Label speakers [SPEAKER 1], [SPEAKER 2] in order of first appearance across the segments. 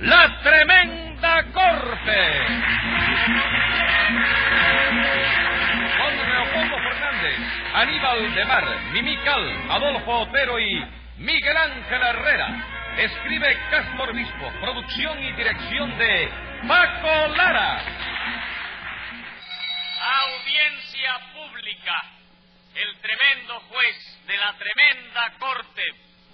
[SPEAKER 1] La Tremenda Corte. Con Leopoldo Fernández, Aníbal de Mar, Mimical, Adolfo Otero y Miguel Ángel Herrera. Escribe Castro Obispo, producción y dirección de Paco Lara.
[SPEAKER 2] Audiencia pública. El tremendo juez de la tremenda corte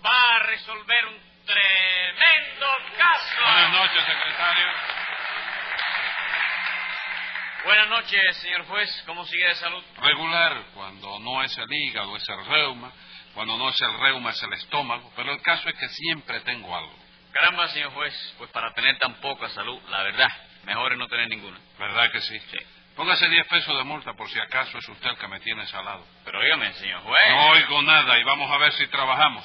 [SPEAKER 2] va a resolver un tremendo caso.
[SPEAKER 3] Buenas noches, eh. secretario.
[SPEAKER 2] Buenas noches, señor juez. ¿Cómo sigue de salud?
[SPEAKER 3] Regular, cuando no es el hígado, es el reuma. Cuando no es el reuma, es el estómago. Pero el caso es que siempre tengo algo.
[SPEAKER 2] Caramba, señor juez. Pues para tener tan poca salud, la verdad, mejor es no tener ninguna.
[SPEAKER 3] ¿Verdad que sí?
[SPEAKER 2] Sí.
[SPEAKER 3] Póngase 10 pesos de multa por si acaso es usted el que me tiene salado.
[SPEAKER 2] Pero dígame, señor
[SPEAKER 4] Eh.
[SPEAKER 2] juez.
[SPEAKER 3] No oigo nada y vamos a ver si trabajamos.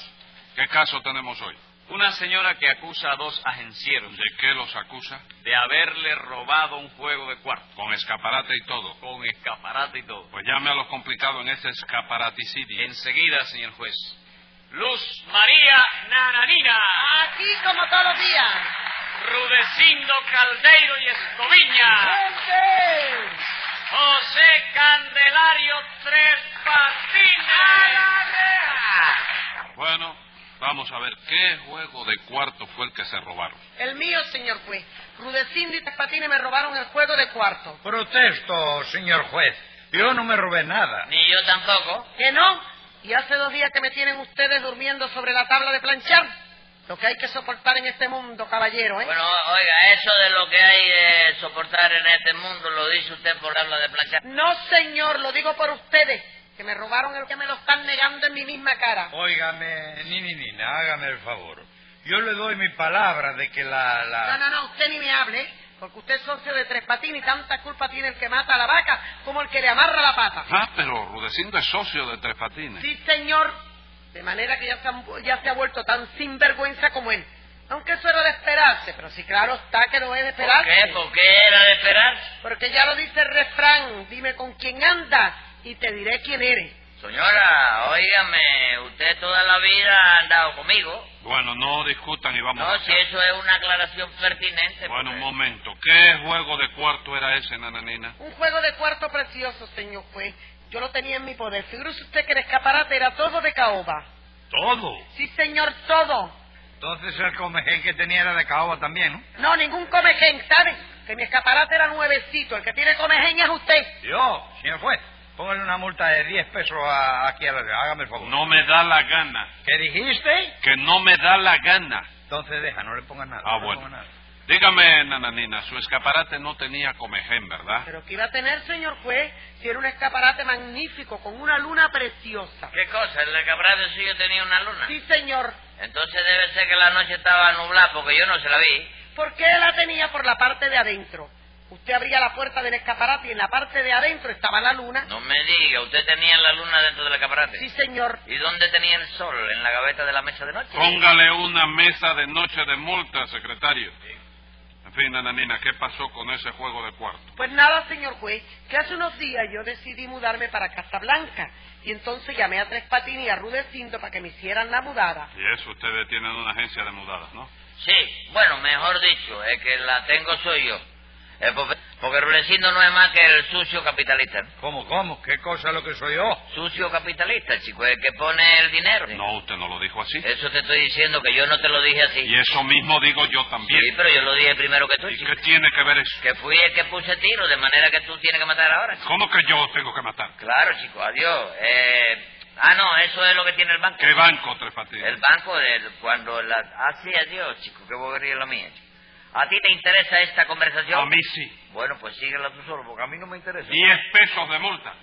[SPEAKER 3] ¿Qué caso tenemos hoy?
[SPEAKER 2] Una señora que acusa a dos agencieros
[SPEAKER 3] ¿De qué los acusa?
[SPEAKER 2] de haberle robado un juego de cuarto.
[SPEAKER 3] Con escaparate y todo.
[SPEAKER 2] Con escaparate y todo.
[SPEAKER 3] Pues llame a los complicados en este escaparaticidio.
[SPEAKER 2] Enseguida, señor juez. Luz María Nananina,
[SPEAKER 5] Aquí como todos los días.
[SPEAKER 2] Rudecindo Caldeiro y Escoviña,
[SPEAKER 5] ¡Gente!
[SPEAKER 2] José Candelario Tres Patines.
[SPEAKER 3] Bueno, vamos a ver qué juego de cuarto fue el que se robaron.
[SPEAKER 5] El mío, señor juez. Rudecindo y Tapatine me robaron el juego de cuarto.
[SPEAKER 6] Protesto, señor juez. Yo no me robé nada.
[SPEAKER 2] Ni yo tampoco.
[SPEAKER 5] ¿Que no? Y hace dos días que me tienen ustedes durmiendo sobre la tabla de planchar. Lo que hay que soportar en este mundo, caballero, ¿eh?
[SPEAKER 4] Bueno, oiga, eso de lo que hay de soportar en este mundo lo dice usted por habla de planchar.
[SPEAKER 5] No, señor, lo digo por ustedes. Que me robaron el que me lo están negando en mi misma cara.
[SPEAKER 6] Óigame, ni ni nina, hágame el favor. Yo le doy mi palabra de que la...
[SPEAKER 5] No,
[SPEAKER 6] la...
[SPEAKER 5] no, no, usted ni me hable, ¿eh? porque usted es socio de Tres Patines y tanta culpa tiene el que mata a la vaca como el que le amarra la pata.
[SPEAKER 3] Ah, pero Rudecindo es socio de Tres Patines.
[SPEAKER 5] Sí, señor. De manera que ya se, han vu- ya se ha vuelto tan sinvergüenza como él. Aunque eso era de esperarse, pero sí, claro está que no es de
[SPEAKER 4] ¿Por
[SPEAKER 5] esperarse.
[SPEAKER 4] qué? ¿Por qué era de esperar?
[SPEAKER 5] Porque ya lo dice el refrán, dime con quién andas y te diré quién eres.
[SPEAKER 4] Señora, óigame, usted toda la vida ha andado conmigo.
[SPEAKER 3] Bueno, no discutan y vamos
[SPEAKER 4] No,
[SPEAKER 3] a...
[SPEAKER 4] si eso es una aclaración pertinente.
[SPEAKER 3] Bueno, un
[SPEAKER 4] porque-
[SPEAKER 3] momento. ¿Qué juego de cuarto era ese, nananina?
[SPEAKER 5] Un juego de cuarto precioso, señor juez. Yo lo tenía en mi poder. Figúrese usted que el escaparate era todo de caoba.
[SPEAKER 6] Todo.
[SPEAKER 5] Sí, señor, todo.
[SPEAKER 6] Entonces el comején que tenía era de caoba también, ¿no?
[SPEAKER 5] No, ningún comején, ¿sabe? Que mi escaparate era nuevecito. El que tiene comején es usted.
[SPEAKER 6] Yo, señor juez, póngale una multa de 10 pesos a- aquí a la... Hágame el favor.
[SPEAKER 3] No me da la gana.
[SPEAKER 6] ¿Qué dijiste?
[SPEAKER 3] Que no me da la gana.
[SPEAKER 6] Entonces deja, no le pongas nada.
[SPEAKER 3] Ah,
[SPEAKER 6] no le
[SPEAKER 3] bueno.
[SPEAKER 6] pongas nada.
[SPEAKER 3] Dígame, nananina, su escaparate no tenía comején, ¿verdad?
[SPEAKER 5] Pero ¿qué iba a tener, señor juez, si era un escaparate magnífico con una luna preciosa?
[SPEAKER 4] ¿Qué cosa? ¿El que habrá de suyo tenía una luna?
[SPEAKER 5] Sí, señor.
[SPEAKER 4] Entonces debe ser que la noche estaba nublada porque yo no se la vi.
[SPEAKER 5] ¿Por qué la tenía por la parte de adentro? Usted abría la puerta del escaparate y en la parte de adentro estaba la luna.
[SPEAKER 4] No me diga, ¿usted tenía la luna dentro del escaparate?
[SPEAKER 5] Sí, señor.
[SPEAKER 4] ¿Y dónde tenía el sol? ¿En la gaveta de la mesa de noche?
[SPEAKER 3] Póngale una mesa de noche de multa, secretario. En fin, nananina, ¿qué pasó con ese juego de cuarto?
[SPEAKER 5] Pues nada, señor juez, que hace unos días yo decidí mudarme para Casablanca y entonces llamé a Tres Patines y a Rudecindo para que me hicieran la mudada.
[SPEAKER 3] Y eso, ustedes tienen una agencia de mudadas, ¿no?
[SPEAKER 4] Sí, bueno, mejor dicho, el que la tengo soy yo. Eh, porque, porque Rudecindo no es más que el sucio capitalista. ¿no?
[SPEAKER 6] ¿Cómo, cómo? ¿Qué cosa es lo que soy yo?
[SPEAKER 4] Sucio capitalista, chico, el que pone el dinero.
[SPEAKER 3] No, usted no lo dijo así.
[SPEAKER 4] Eso te estoy diciendo que yo no te lo dije así.
[SPEAKER 3] Y eso mismo digo yo también.
[SPEAKER 4] Sí, pero yo lo dije primero que tú,
[SPEAKER 3] ¿Y
[SPEAKER 4] chico.
[SPEAKER 3] qué tiene que ver eso?
[SPEAKER 4] Que fui el que puse tiro, de manera que tú tienes que matar ahora.
[SPEAKER 3] ¿Cómo que yo tengo que matar?
[SPEAKER 4] Claro, chico, adiós. Eh, ah, no, eso es lo que tiene el banco.
[SPEAKER 3] ¿Qué banco, Tres
[SPEAKER 4] El
[SPEAKER 3] Patines?
[SPEAKER 4] banco, de, cuando la... Ah, sí, adiós, chico, qué bobería la mía. chico. ¿A ti te interesa esta conversación?
[SPEAKER 3] A mí sí.
[SPEAKER 4] Bueno, pues síguela tú solo, porque a mí no me interesa.
[SPEAKER 3] Diez pesos de multa.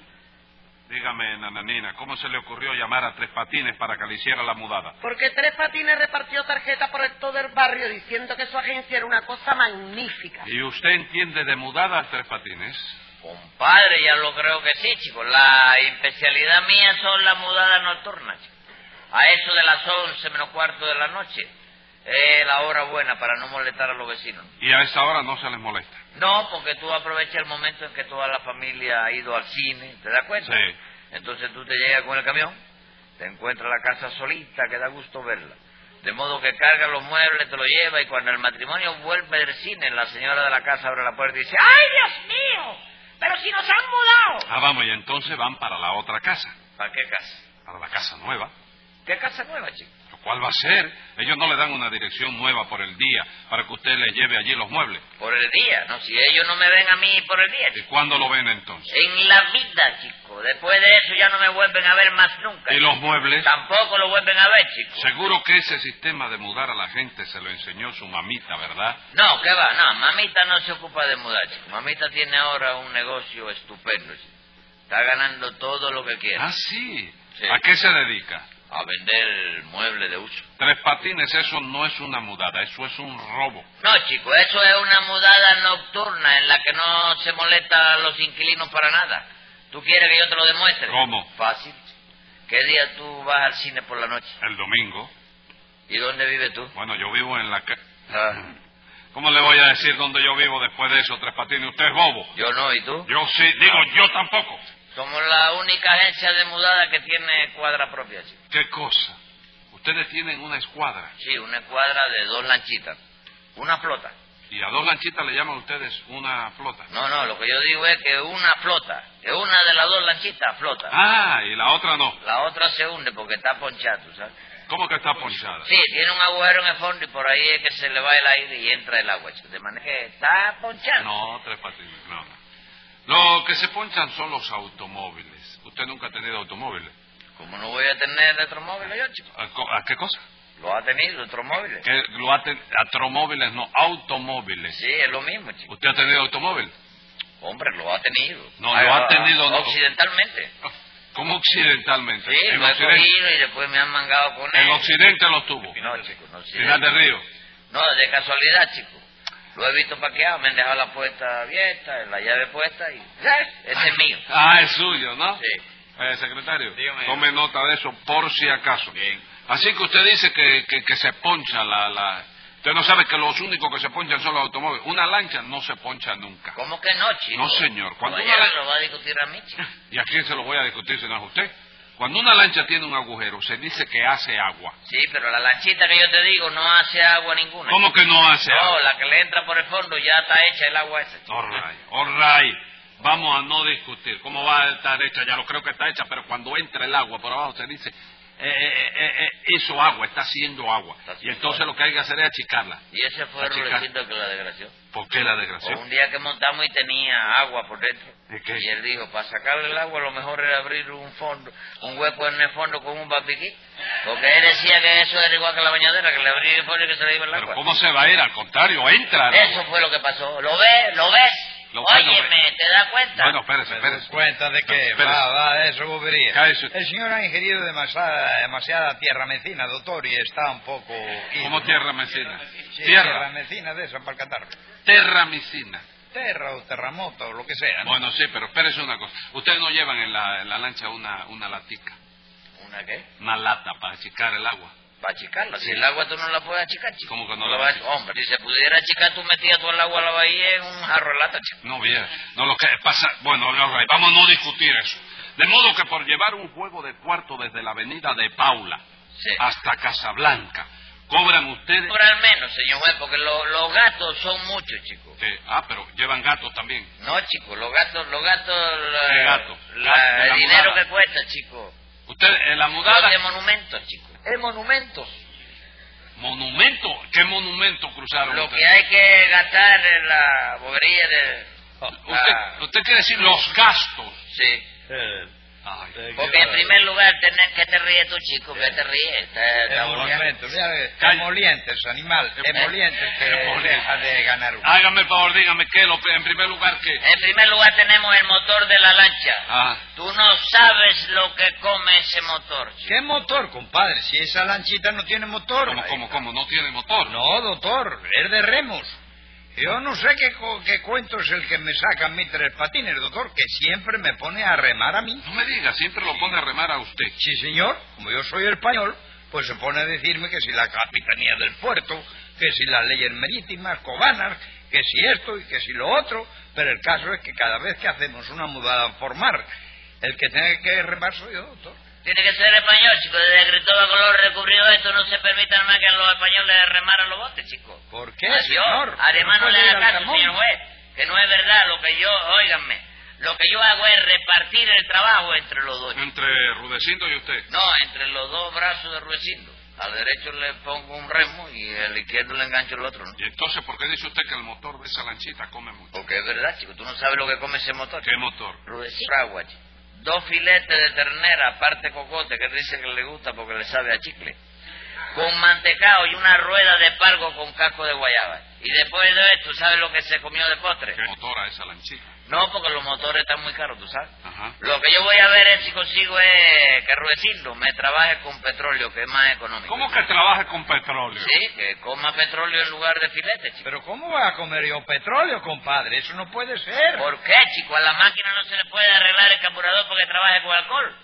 [SPEAKER 3] Dígame, nananina, ¿cómo se le ocurrió llamar a Tres Patines para que le hiciera la mudada?
[SPEAKER 5] Porque Tres Patines repartió tarjeta por el- todo el barrio diciendo que su agencia era una cosa magnífica.
[SPEAKER 3] ¿Y usted entiende de mudadas, Tres Patines?
[SPEAKER 4] Compadre, ya lo creo que sí, chicos. La especialidad mía son las mudadas nocturnas. chico. A eso de las once menos cuarto de la noche. Es la hora buena para no molestar a los vecinos.
[SPEAKER 3] Y a esa hora no se les molesta.
[SPEAKER 4] No, porque tú aprovechas el momento en que toda la familia ha ido al cine, ¿te das cuenta?
[SPEAKER 3] Sí.
[SPEAKER 4] Entonces tú te llegas con el camión, te encuentras la casa solita, que da gusto verla. De modo que carga los muebles, te lo lleva y cuando el matrimonio vuelve del cine, la señora de la casa abre la puerta y dice, ¡ay, Dios mío! ¡Pero si nos han mudado!
[SPEAKER 3] Ah, vamos, y entonces van para la otra casa,
[SPEAKER 4] ¿Para qué casa?
[SPEAKER 3] para la casa nueva.
[SPEAKER 4] ¿Qué casa nueva, chico?
[SPEAKER 3] ¿Pero ¿Cuál va a ser? Ellos no le dan una dirección nueva por el día para que usted le lleve allí los muebles.
[SPEAKER 4] Por el día, ¿no? Si ellos no me ven a mí por el día,
[SPEAKER 3] ¿Y
[SPEAKER 4] chico.
[SPEAKER 3] cuándo lo ven entonces?
[SPEAKER 4] En la vida, chico. Después de eso ya no me vuelven a ver más nunca.
[SPEAKER 3] ¿Y
[SPEAKER 4] chico.
[SPEAKER 3] los muebles?
[SPEAKER 4] Tampoco lo vuelven a ver, chico.
[SPEAKER 3] Seguro que ese sistema de mudar a la gente se lo enseñó su mamita, ¿verdad?
[SPEAKER 4] No, que va, no, mamita no se ocupa de mudar, chico. Mamita tiene ahora un negocio estupendo, chico. Está ganando todo lo que quiere.
[SPEAKER 3] Ah, sí.
[SPEAKER 4] Sí.
[SPEAKER 3] ¿A qué se dedica?
[SPEAKER 4] A vender muebles de uso.
[SPEAKER 3] Tres patines, eso no es una mudada, eso es un robo.
[SPEAKER 4] No, chico, eso es una mudada nocturna en la que no se molesta a los inquilinos para nada. ¿Tú quieres que yo te lo demuestre?
[SPEAKER 3] ¿Cómo?
[SPEAKER 4] Fácil. ¿Qué día tú vas al cine por la noche?
[SPEAKER 3] El domingo.
[SPEAKER 4] ¿Y dónde vives tú?
[SPEAKER 3] Bueno, yo vivo en la ca...
[SPEAKER 4] Ah,
[SPEAKER 3] ¿Cómo le voy a decir dónde yo vivo después de eso, Tres Patines? Usted es bobo.
[SPEAKER 4] yo no, ¿y tú?
[SPEAKER 3] Yo sí, digo,
[SPEAKER 4] Ah.
[SPEAKER 3] yo tampoco.
[SPEAKER 4] Somos la única agencia de mudada que tiene cuadra propia, chico.
[SPEAKER 3] ¿Qué cosa? Ustedes tienen una escuadra
[SPEAKER 4] Sí, una cuadra de dos lanchitas. Una flota.
[SPEAKER 3] y a dos lanchitas le llaman ustedes una flota.
[SPEAKER 4] No, no, lo que yo digo es que una flota. Que una de las dos lanchitas flota.
[SPEAKER 3] Ah, y la otra no.
[SPEAKER 4] La otra se hunde porque está ponchada, ¿tú ¿sabes?
[SPEAKER 3] ¿Cómo que está ponchada?
[SPEAKER 4] Sí, tiene un agujero en el fondo y por ahí es que se le va el aire y entra el agua. chico. De manera que está ponchado.
[SPEAKER 3] No, Tres Patines, no. no. Lo que se ponchan son los automóviles. Usted nunca ha tenido automóviles.
[SPEAKER 4] ¿Cómo no voy a tener electromóviles yo, chico?
[SPEAKER 3] ¿A, co- a qué cosa?
[SPEAKER 4] Lo ha tenido, electromóviles.
[SPEAKER 3] Que lo ha ten- Automóviles, no, automóviles.
[SPEAKER 4] Sí, es lo mismo, chico.
[SPEAKER 3] ¿Usted ha tenido automóvil?
[SPEAKER 4] Hombre, lo ha tenido. Ah,
[SPEAKER 3] No, lo ha tenido, no.
[SPEAKER 4] Occidentalmente.
[SPEAKER 3] ¿Cómo occidentalmente?
[SPEAKER 4] Sí,
[SPEAKER 3] en,
[SPEAKER 4] lo he
[SPEAKER 3] occidente,
[SPEAKER 4] cogido y después me han mangado con él.
[SPEAKER 3] en occidente lo tuvo.
[SPEAKER 4] No, chico, no sé.
[SPEAKER 3] Final de Río.
[SPEAKER 4] No, de casualidad, chico. Lo he visto paqueado, me han dejado la puerta abierta, la llave puesta y... Ese es mío.
[SPEAKER 3] Ah, es suyo, ¿no?
[SPEAKER 4] Sí.
[SPEAKER 3] Eh, secretario,
[SPEAKER 2] Dígame.
[SPEAKER 3] tome nota de eso por si acaso.
[SPEAKER 2] Bien.
[SPEAKER 3] Así que usted dice que, que- que se poncha la, la- Usted no sabe que los únicos que se ponchan son los automóviles. Una lancha no se poncha nunca.
[SPEAKER 4] ¿Cómo que no, chico?
[SPEAKER 3] No, señor. Cuando
[SPEAKER 4] Caballero,
[SPEAKER 3] una-
[SPEAKER 4] lo va a discutir a mí, chico.
[SPEAKER 3] ¿Y a quién se lo voy a discutir si no es usted? Cuando una lancha tiene un agujero, se dice que hace agua.
[SPEAKER 4] Sí, pero la lanchita que yo te digo no hace agua ninguna.
[SPEAKER 3] ¿Cómo que no hace
[SPEAKER 4] No,
[SPEAKER 3] agua?
[SPEAKER 4] la que le entra por el fondo ya está hecha el agua esa. chico.
[SPEAKER 3] All right, all right. Vamos a no discutir. ¿Cómo va a estar hecha? Ya lo creo que está hecha, pero cuando entra el agua por abajo se dice, eh, eh, eh, eh, hizo agua, está haciendo agua.
[SPEAKER 4] Está
[SPEAKER 3] Y
[SPEAKER 4] haciendo
[SPEAKER 3] entonces
[SPEAKER 4] agua.
[SPEAKER 3] lo que hay que hacer es achicarla.
[SPEAKER 4] Y ese fue
[SPEAKER 3] La
[SPEAKER 4] el
[SPEAKER 3] chica-
[SPEAKER 4] rulecito que la desgració.
[SPEAKER 3] ¿Por qué la
[SPEAKER 4] O
[SPEAKER 3] desgracia?
[SPEAKER 4] un día que montamos y tenía agua por dentro.
[SPEAKER 3] ¿Y qué?
[SPEAKER 4] él dijo, para sacarle el agua lo mejor era abrir un fondo, un hueco en el fondo con un bapiquí. Porque él decía que eso era igual que la bañadera, que le abría el fondo y que se le iba el
[SPEAKER 3] Pero
[SPEAKER 4] agua.
[SPEAKER 3] ¿cómo se va a ir? Al contrario, entra. el agua.
[SPEAKER 4] Eso fue lo que pasó. ¿Lo ves? ¿Lo ves?
[SPEAKER 3] Lo
[SPEAKER 4] Óyeme,
[SPEAKER 3] veo, lo
[SPEAKER 4] ¿te das cuenta?
[SPEAKER 3] Bueno, espérese,
[SPEAKER 6] ¿Te das
[SPEAKER 3] espérese.
[SPEAKER 6] cuenta de
[SPEAKER 3] No,
[SPEAKER 6] qué?
[SPEAKER 3] espérese.
[SPEAKER 6] va, va, de eso bobería.
[SPEAKER 3] Cállese usted.
[SPEAKER 6] El señor ha ingerido demasiada, demasiada tierra mecina, doctor, y está un poco... ido,
[SPEAKER 3] ¿Cómo
[SPEAKER 6] ¿no?
[SPEAKER 3] tierra mecina?
[SPEAKER 6] Sí, tierra
[SPEAKER 3] Tierra.
[SPEAKER 6] mecina de esa, para catarro.
[SPEAKER 3] Tierra mecina.
[SPEAKER 6] Terra o terramoto o lo que sea. ¿no?
[SPEAKER 3] Bueno, sí, pero espérese una cosa. Ustedes no llevan en la, en la lancha una, una latica,
[SPEAKER 4] ¿Una qué?
[SPEAKER 3] una lata para achicar el agua.
[SPEAKER 4] Para achicarla.
[SPEAKER 3] Sí.
[SPEAKER 4] Si el agua tú no la puedes achicar, chico.
[SPEAKER 3] ¿Cómo que no
[SPEAKER 4] Tú
[SPEAKER 3] la
[SPEAKER 4] vas-
[SPEAKER 3] achicas?
[SPEAKER 4] Hombre, si se pudiera achicar, tú metías todo el agua a la bahía en un jarro de lata, chico.
[SPEAKER 3] No, bien. No, lo que pasa... Bueno, all right, vamos a no discutir eso. De modo que por llevar un juego de cuarto desde la avenida de Paula
[SPEAKER 4] Sí.
[SPEAKER 3] hasta Casablanca, cobran ustedes...
[SPEAKER 4] Cobra al menos, señor juez, porque lo- los gastos son muchos, chico.
[SPEAKER 3] Eh, ah, pero llevan gatos también.
[SPEAKER 4] No, chico, los gastos, los gastos... la-
[SPEAKER 3] ¿Qué gato?
[SPEAKER 4] la-
[SPEAKER 3] Gato de la
[SPEAKER 4] el dinero
[SPEAKER 3] mudada.
[SPEAKER 4] que cuesta, chico.
[SPEAKER 3] Ustedes, en la
[SPEAKER 4] Los
[SPEAKER 3] mudada...
[SPEAKER 4] de monumentos, chico.
[SPEAKER 5] Es monumentos.
[SPEAKER 3] ¿Monumento? ¿Qué monumento cruzaron
[SPEAKER 4] Lo
[SPEAKER 3] ustedes?
[SPEAKER 4] que hay que gastar en la bobería de... la-
[SPEAKER 6] Oh.
[SPEAKER 4] Ah.
[SPEAKER 3] Usted, usted quiere decir los gastos.
[SPEAKER 4] Sí.
[SPEAKER 6] Eh,
[SPEAKER 3] Ay,
[SPEAKER 6] eh,
[SPEAKER 4] Porque en primer lugar, tener que te ríes tú, chico, que te ríes. Está-
[SPEAKER 6] eh,
[SPEAKER 4] está burlando.
[SPEAKER 6] emolumentos, ya ves,
[SPEAKER 3] Calla.
[SPEAKER 6] emolientes, animal, emolientes que
[SPEAKER 3] Emolientes.
[SPEAKER 6] deja de ganar uno.
[SPEAKER 3] hágame el favor, dígame qué, lo, en primer lugar qué.
[SPEAKER 4] En primer lugar tenemos el motor de la lancha.
[SPEAKER 3] Ah,
[SPEAKER 4] Tú no sabes lo que come ese motor, chico.
[SPEAKER 6] ¿Qué motor, compadre? Si esa lanchita no tiene motor.
[SPEAKER 3] ¿cómo, cómo, cómo? No tiene motor.
[SPEAKER 6] No, doctor, es de remos. Yo no sé qué, co- qué cuento es el que me sacan mis tres patines, doctor, que siempre me pone a remar a mí.
[SPEAKER 3] No me diga, siempre lo pone a remar a usted.
[SPEAKER 6] Sí, señor, como yo soy español, pues se pone a decirme que si la capitanía del puerto, que si las leyes marítimas, cobanas, que si esto y que si lo otro, pero el caso es que cada vez que hacemos una mudada por mar, el que tiene que remar soy yo, doctor.
[SPEAKER 4] Tiene que ser español, chico. Desde que Cristóbal Colón descubrió esto, no se permite nada más que a los españoles remaran los botes, chico.
[SPEAKER 6] ¿Por qué,
[SPEAKER 4] Adiós.
[SPEAKER 6] señor?
[SPEAKER 4] Además, no,
[SPEAKER 6] puede
[SPEAKER 4] le
[SPEAKER 6] ir
[SPEAKER 4] haga
[SPEAKER 6] al
[SPEAKER 4] caso,
[SPEAKER 6] Camón.
[SPEAKER 4] señor juez, que no es verdad lo que yo, óiganme, lo que yo hago es repartir el trabajo entre los dos. chico.
[SPEAKER 3] Entre Rudecindo y usted.
[SPEAKER 4] No, entre los dos brazos de Ruecindo. Al derecho le pongo un remo y al izquierdo le engancho el otro, ¿no?
[SPEAKER 3] ¿Y entonces por qué dice usted que el motor de esa lanchita come mucho?
[SPEAKER 4] Porque es verdad, chico, tú no sabes lo que come ese motor.
[SPEAKER 3] ¿Qué motor?
[SPEAKER 4] Rudecindo. Fragua, chico. Dos filetes de ternera, aparte cocote, que dice que le gusta porque le sabe a chicle. Con mantecado y una rueda de pargo con casco de guayaba. Y después de esto, ¿sabes lo que se comió de postre?
[SPEAKER 3] ¿Qué motor a esa lanchita?
[SPEAKER 4] No, porque los motores están muy caros, ¿tú sabes?
[SPEAKER 3] Ajá.
[SPEAKER 4] Lo que yo voy a ver es si consigo es que Ruecindo me trabaje con petróleo, que es más económico.
[SPEAKER 3] ¿Cómo que trabaja con petróleo?
[SPEAKER 4] Sí, que coma petróleo en lugar de filete, chico.
[SPEAKER 6] Pero ¿cómo va a comer yo petróleo, compadre? Eso no puede ser.
[SPEAKER 4] ¿Por qué, chico? A la máquina no se le puede arreglar el carburador porque trabaja con alcohol.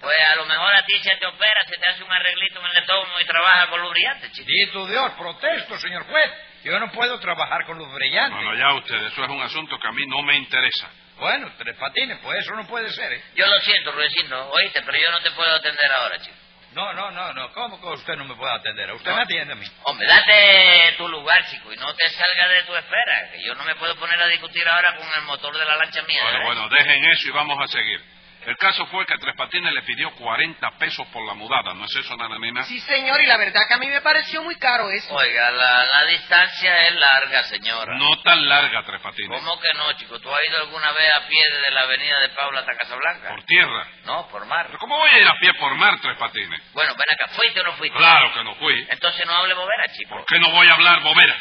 [SPEAKER 4] Pues a lo mejor a ti se te opera, se te hace un arreglito en el estómago y trabaja con lubricante, chico.
[SPEAKER 6] Dito Dios, protesto, señor juez. Yo no puedo trabajar con los brillantes.
[SPEAKER 3] Bueno, ya usted, eso es un asunto que a mí no me interesa.
[SPEAKER 6] Bueno, tres patines, pues eso no puede ser. ¿eh?
[SPEAKER 4] Yo lo siento, Ruedecindo, oíste, pero yo no te puedo atender ahora, chico.
[SPEAKER 6] No, no, no, no. ¿Cómo que usted no me puede atender? Usted
[SPEAKER 4] No.
[SPEAKER 6] me atiende a mí.
[SPEAKER 4] Hombre, date tu lugar, chico, y no te salgas de tu esfera, que yo no me puedo poner a discutir ahora con el motor de la lancha mía. ¿eh?
[SPEAKER 3] Bueno,
[SPEAKER 4] ¿verdad?
[SPEAKER 3] bueno, dejen eso y vamos a seguir. El caso fue que Tres Patines le pidió 40 pesos por la mudada, ¿no es eso, nananina?
[SPEAKER 5] Sí, señor, y la verdad que a mí me pareció muy caro eso.
[SPEAKER 4] Oiga, la, la distancia es larga, señora.
[SPEAKER 3] No tan larga, Tres Patines.
[SPEAKER 4] ¿Cómo que no, chico? ¿Tú has ido alguna vez a pie desde la avenida de Paula hasta Casablanca?
[SPEAKER 3] Por tierra.
[SPEAKER 4] No, por mar.
[SPEAKER 3] ¿Pero cómo voy a ir a pie por mar, Tres Patines?
[SPEAKER 4] Bueno, ven acá, ¿fuiste o no fuiste?
[SPEAKER 3] Claro que no fui.
[SPEAKER 4] Entonces no hable bobera, chico.
[SPEAKER 3] ¿Por qué no voy a hablar bobera?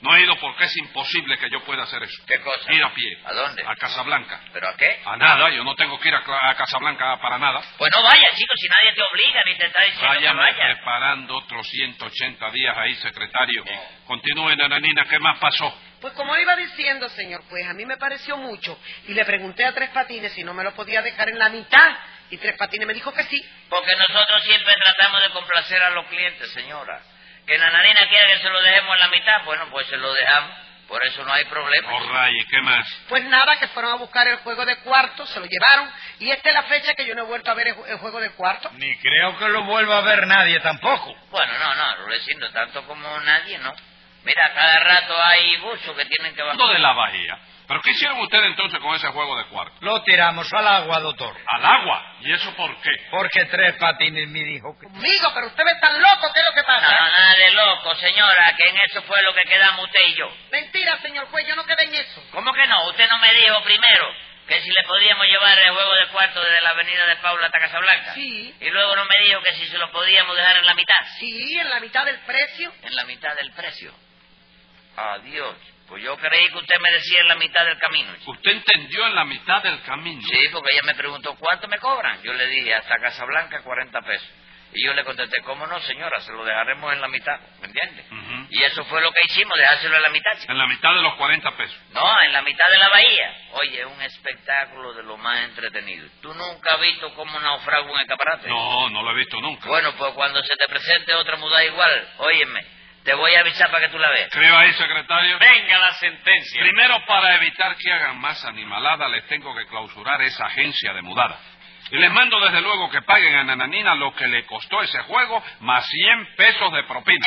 [SPEAKER 3] No he ido porque es imposible que yo pueda hacer eso.
[SPEAKER 4] ¿Qué cosa?
[SPEAKER 3] Ir a pie.
[SPEAKER 4] ¿A dónde?
[SPEAKER 3] A Casablanca.
[SPEAKER 4] ¿Pero a qué?
[SPEAKER 3] A nada, yo no tengo que ir a, Cla- a Casablanca para nada.
[SPEAKER 4] Pues no vaya, chico, si nadie te obliga ni te está diciendo
[SPEAKER 3] Váyame
[SPEAKER 4] que vaya.
[SPEAKER 3] preparando otros 180 días ahí, secretario. Continúe, nananina, ¿qué más pasó?
[SPEAKER 5] Pues como iba diciendo, señor, pues a mí me pareció mucho. Y le pregunté a Tres Patines si no me lo podía dejar en la mitad. Y Tres Patines me dijo que sí.
[SPEAKER 4] Porque nosotros siempre tratamos de complacer a los clientes, señora. Que Nananina quiera que se lo dejemos en la mitad, bueno, pues se lo dejamos. Por eso no hay problema.
[SPEAKER 3] Oh, Ray, ¿qué más?
[SPEAKER 5] Pues nada, que fueron a buscar el juego de cuarto, se lo llevaron. Y esta es la fecha que yo no he vuelto a ver el, ju- el juego de cuarto.
[SPEAKER 6] Ni creo que lo vuelva a ver nadie tampoco.
[SPEAKER 4] Bueno, no, no, Rudecindo, tanto como nadie, ¿no? Mira, cada rato hay buzos que tienen que
[SPEAKER 3] Hablando
[SPEAKER 4] bajar.
[SPEAKER 3] de la bahía. ¿Pero qué hicieron ustedes entonces con ese juego de cuarto?
[SPEAKER 6] Lo tiramos al agua, doctor.
[SPEAKER 3] Al agua. ¿Y eso por qué?
[SPEAKER 6] Porque tres patines me dijo que...
[SPEAKER 5] Conmigo, pero usted es tan loco, ¿qué es lo que
[SPEAKER 4] No,
[SPEAKER 5] pasa?
[SPEAKER 4] no, nada de loco, señora, que en eso fue lo que quedamos usted y yo.
[SPEAKER 5] Mentira, señor juez, yo no quedé en eso.
[SPEAKER 4] ¿Cómo que no? Usted no me dijo primero que si le podíamos llevar el juego de cuarto desde la avenida de Paula hasta Casablanca.
[SPEAKER 5] Sí.
[SPEAKER 4] Y luego no me dijo que si se lo podíamos dejar en la mitad.
[SPEAKER 5] Sí, en la mitad del precio.
[SPEAKER 4] En la mitad del precio. Adiós. Pues yo creí que usted me decía en la mitad del camino. chico.
[SPEAKER 3] Usted entendió en la mitad del camino.
[SPEAKER 4] Sí, porque ella me preguntó, ¿cuánto me cobran? Yo le dije, hasta Casablanca 40 pesos. Y yo le contesté, ¿cómo no, señora? Se lo dejaremos en la mitad, ¿me entiende?
[SPEAKER 3] Ujú.
[SPEAKER 4] Y eso fue lo que hicimos, dejárselo en la mitad. chico.
[SPEAKER 3] En la mitad de los 40 pesos.
[SPEAKER 4] No, en la mitad de la bahía. Oye, un espectáculo de lo más entretenido. ¿Tú nunca has visto cómo naufraga un escaparate?
[SPEAKER 3] No, no lo he visto nunca.
[SPEAKER 4] Bueno, pues cuando se te presente otra mudada igual, óyeme, te voy a avisar para que tú la veas.
[SPEAKER 3] Escriba ahí, secretario.
[SPEAKER 2] Venga la sentencia.
[SPEAKER 3] Primero, para evitar que hagan más animalada, les tengo que clausurar esa agencia de mudada. Y les mando desde luego que paguen a Nananina lo que le costó ese juego, más 100 pesos de propina.